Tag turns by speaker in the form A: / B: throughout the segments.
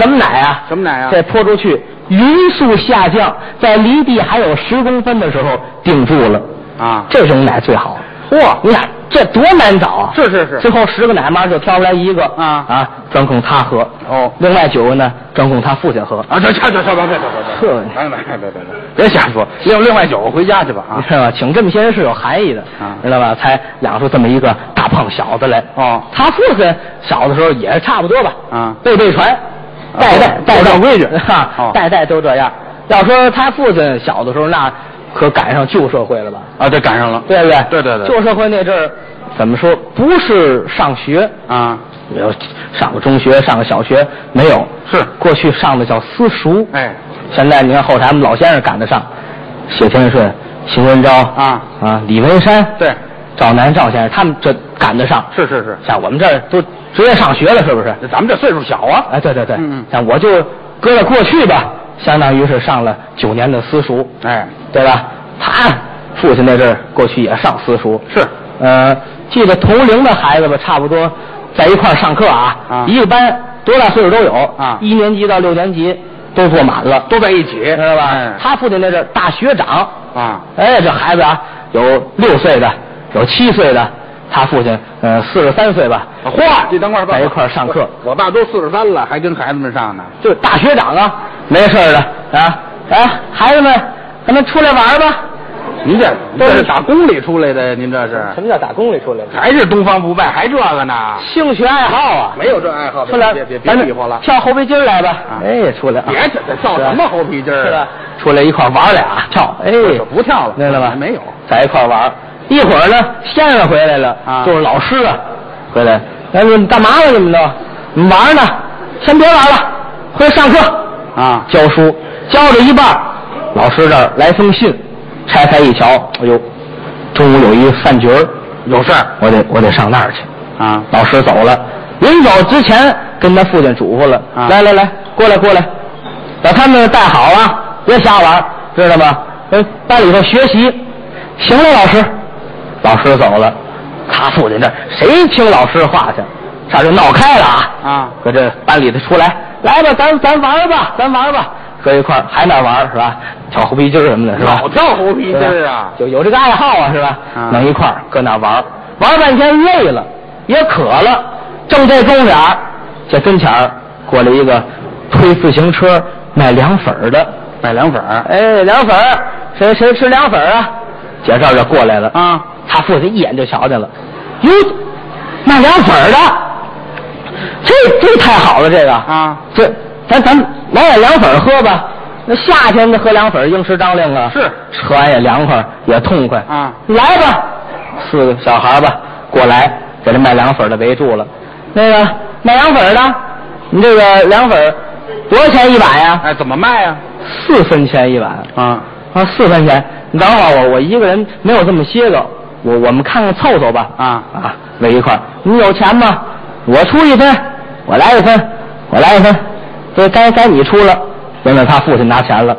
A: 什么奶啊？
B: 什么奶啊
A: 再泼出去，匀速下降，在离地还有十公分的时候定住了。
B: 啊
A: 这种奶最好。
B: 嚯
A: 你看这多难找啊！
B: 是是是
A: 最后十个奶妈就挑出来一个
B: 啊
A: 啊，专供他喝。
B: 哦
A: 另外九个呢，专供他父亲喝。
B: 啊，这这这这别别别别
A: 呵
B: 别，哎 别别别别，别瞎说，另另外九个回家去吧
A: 你
B: 啊。
A: 知道吧？请这么些人是有含义的，
B: 啊
A: 知道吧？才养出这么一个大胖小子来。
B: 哦
A: 他父亲小的时候也是差不多吧？
B: 啊
A: 辈辈传，代代
B: 哦
A: 代代
B: 有规矩
A: 哈
B: 哦，
A: 代代都这样。要说他父亲小的时候，那可赶上旧社会了吧？
B: 啊，对，赶上了，
A: 对不对？
B: 对对对，
A: 旧社会那阵儿，怎么说？不是上学，
B: 啊，
A: 没有上个中学，上个小学没有。
B: 是
A: 过去上的叫私塾。
B: 哎，
A: 现在你看后台我们老先生赶得上，谢天顺、邢文昭
B: 啊
A: 啊，李文山
B: 对，
A: 赵南赵先生他们这赶得上。
B: 是是是，
A: 像我们这儿都直接上学了，是不是？
B: 咱们这岁数小啊，
A: 哎，对对对，
B: 嗯嗯
A: 像我就搁在过去吧，相当于是上了九年的私塾，
B: 哎，
A: 对吧？他父亲那阵儿过去也上私塾，
B: 是
A: 呃，记得同龄的孩子吧，差不多在一块儿上课啊，
B: 啊
A: 一个班多大岁数都有
B: 啊
A: 一年级到六年级都坐满了，
B: 都在一起，
A: 知道吧？
B: 哎
A: 他父亲那阵儿大学长，
B: 啊，
A: 哎，这孩子啊，有六岁的，有七岁的，他父亲呃四十三岁吧，
B: 嚯，你等会儿，
A: 在一块儿上课，
B: 我爸都四十三了，还跟孩子们上呢，
A: 就是大学长啊，没事儿的啊，哎，孩子们，咱们出来玩儿吧。
B: 您这
A: 都
B: 这
A: 是
B: 是打宫里出来的，您这是
A: 么叫打工里出来的？
B: 还是东方不败，还这个呢？
A: 兴趣爱好啊，
B: 没有这爱好，别
A: 出来，
B: 别别别
A: 咱们
B: 比划了，
A: 跳后背筋儿来吧
B: 啊。
A: 哎，出来啊，
B: 别这这造什么猴皮筋儿啊
A: 是吧？出来一块儿玩儿俩，跳，哎
B: 这，不跳了
A: 知道吧？
B: 没有，
A: 在一块儿玩儿。一会儿呢，先生回来了，
B: 啊
A: 就是老师啊，回来，哎，你们干嘛呢？你们都，你们玩儿呢？先别玩儿了，回去上课。
B: 啊，
A: 教书，教到一半儿，老师这儿来封信，拆开一瞧，哎呦，中午有一饭局儿，
B: 有事儿
A: 我得我得上那儿去。
B: 啊，
A: 老师走了，临走之前跟他父亲嘱咐了，
B: 啊
A: 来来来，过来过来，把他们带好啊，别瞎玩儿，知道吗？呃，班里头学习，行了，老师。老师走了，他父亲这儿谁听老师话去？这就闹开了啊！
B: 啊
A: 搁这班里头出来，来吧，咱咱玩儿吧，咱玩儿吧，搁一块儿还那玩儿是吧？跳猴皮筋儿什么的是吧？
B: 老跳猴皮筋儿啊
A: 有有这个爱好啊是吧？
B: 啊
A: 弄一块儿搁那玩儿，玩儿半天累了，也渴了，正这钟点儿，这跟前儿过来一个推自行车卖凉粉儿的，
B: 买凉粉儿，
A: 哎，凉粉儿，谁谁吃凉粉儿啊？介绍就过来了
B: 啊，
A: 他父亲一眼就瞧见了，哟，卖凉粉儿的，这这太好了，这个
B: 啊，
A: 这咱咱买点凉粉儿喝吧。那夏天的喝凉粉儿应时当令啊，
B: 是
A: 喝完也凉快也痛快
B: 啊
A: 来吧，四个小孩儿吧过来，给这卖凉粉儿的围住了。那个卖凉粉儿的，你这个凉粉儿多少钱一碗呀？
B: 哎，怎么卖呀？
A: 四分钱一碗
B: 啊，
A: 啊，四分钱。你等会儿我我一个人没有这么些个，我我们看看凑凑吧。
B: 啊
A: 啊，围一块儿，你有钱吗？我出一分，我来一分，我来一分，这该该你出了。原来他父亲拿钱了，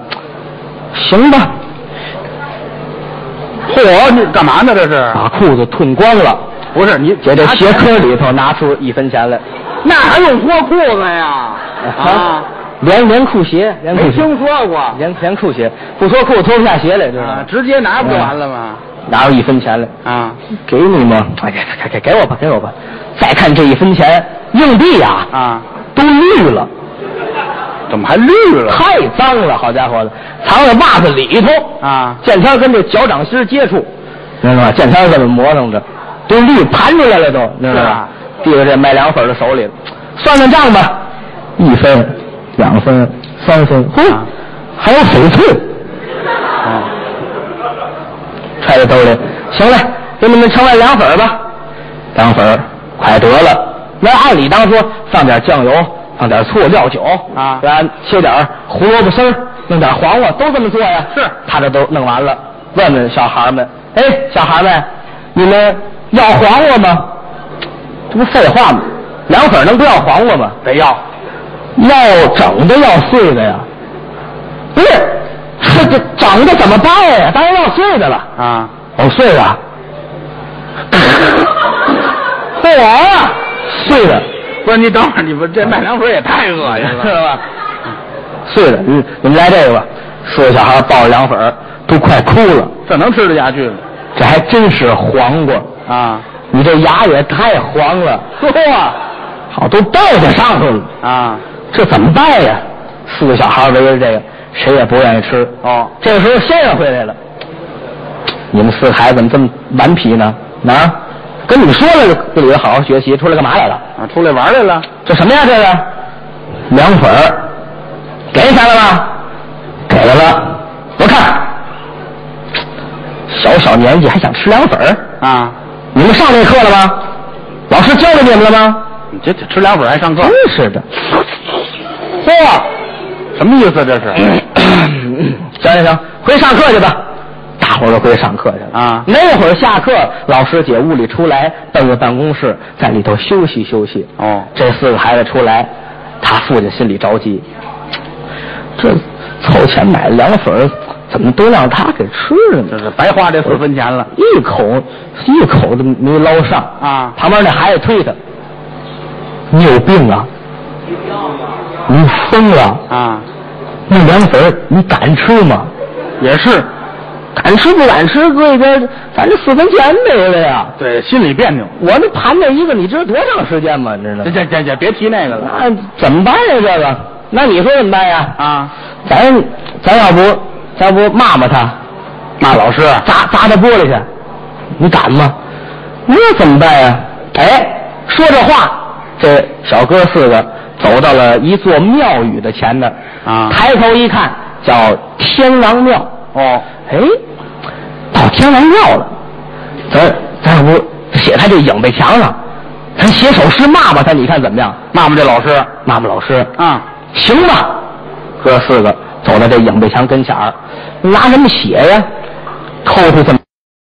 A: 行吧，
B: 嚯，你干嘛呢？这是
A: 把裤子褪光了，
B: 不是你
A: 在这
B: 拿
A: 鞋
B: 钱
A: 壳里头拿出一分钱来。
B: 那还用脱裤子呀？啊，哎
A: 连连裤鞋，连裤
B: 没
A: 鞋，
B: 听说过
A: 连连裤鞋，不脱裤脱不下鞋来，知道
B: 啊
A: 吗，？
B: 直接拿不就完了吗？
A: 拿出一分钱来。
B: 啊，
A: 给你吗？哎，给给给给我吧，给我吧。再看这一分钱硬币呀、
B: 啊，
A: 都绿了，
B: 怎么还绿了？
A: 太脏了，好家伙的，藏在袜子里头
B: 啊
A: 见天儿跟这脚掌心儿接触，知道吗？见天儿这么磨蹭着，都绿盘出来了都，知道
B: 是
A: 吧
B: 啊？
A: 递到这卖凉粉儿的手里了，算算账吧，一分、两分、三分，哼，
B: 啊
A: 还有翡翠。
B: 啊，
A: 揣在兜里。行了，给你们盛碗凉粉儿吧。凉粉儿快得了，那按理当说放点酱油，放点醋、料酒
B: 啊
A: 然后切点儿胡萝卜丝儿，弄点黄瓜，都这么做呀。
B: 是
A: 他这都弄完了，问问小孩儿们，哎，小孩儿们，你们要黄瓜吗？这不废话吗？凉粉儿能不要黄瓜吗？
B: 得要
A: 要整的要碎的呀？不是，这这整的怎么办呀？当然要碎的了。
B: 啊，
A: 哦，碎 啊的，碎完了，碎的，
B: 不是你等会儿，你们这卖凉水也太恶 心
A: 知道
B: 了。
A: 吧？碎的，嗯，你们来这个吧。四个小孩抱着凉粉儿都快哭了，
B: 这能吃得下去吗？
A: 这还真是黄瓜，
B: 啊，
A: 你这牙也太黄了，
B: 嚯
A: 好都带在上头了，
B: 啊，
A: 这怎么办呀？四个小孩围着这个，谁也不愿意吃。
B: 哦，
A: 这个时候先生回来了，你们四个孩子怎么这么顽皮呢？啊，跟你们说了，这里头好好学习，出来干嘛来了？
B: 啊，出来玩来了。
A: 这什么呀？这个凉粉儿，给钱了吗？给了，我看，小小年纪还想吃凉粉儿，
B: 啊，
A: 你们上这课了吗？老师教给你们了吗？
B: 你这这吃凉粉还上课
A: 真是的，嚯！
B: 什么意思？这 是
A: 行行行，回上课去吧。大伙儿都回上课去了
B: 啊
A: 那会儿下课，老师姐屋里出来，奔着办公室，在里头休息休息。
B: 哦
A: 这四个孩子出来，他父亲心里着急，这凑钱买凉粉儿，怎么都让他给吃了呢？
B: 这是白花这四分钱了。
A: 一口一口都没捞上
B: 啊
A: 旁边那孩子推他：“你有病啊！你疯了！
B: 啊，
A: 那凉粉儿你敢吃吗？
B: 也是，
A: 敢吃不敢吃，搁一边，咱这四分钱没了呀！
B: 对，心里别扭。
A: 我这盘这一个，你知道多长时间吗？你知道
B: 这
A: 吗？
B: 这这这，别提那个了
A: 那啊怎么办呀？这个，那你说怎么办呀？
B: 啊！
A: 咱咱要不咱要不骂骂啊他，
B: 骂老师
A: 砸砸他玻璃去，你敢吗？那怎么办呀？哎，说这话，这小哥四个走到了一座庙宇的前那儿
B: 啊
A: 抬头一看，叫天王庙。
B: 哦，
A: 哎，到天王庙了，咱咱要不写他这影壁墙上，咱写首诗骂骂他，你看怎么样？
B: 骂骂这老师
A: 骂骂老师，
B: 啊，
A: 行吧？哥四个走到这影壁墙跟前儿，拿什么写呀？抠出这么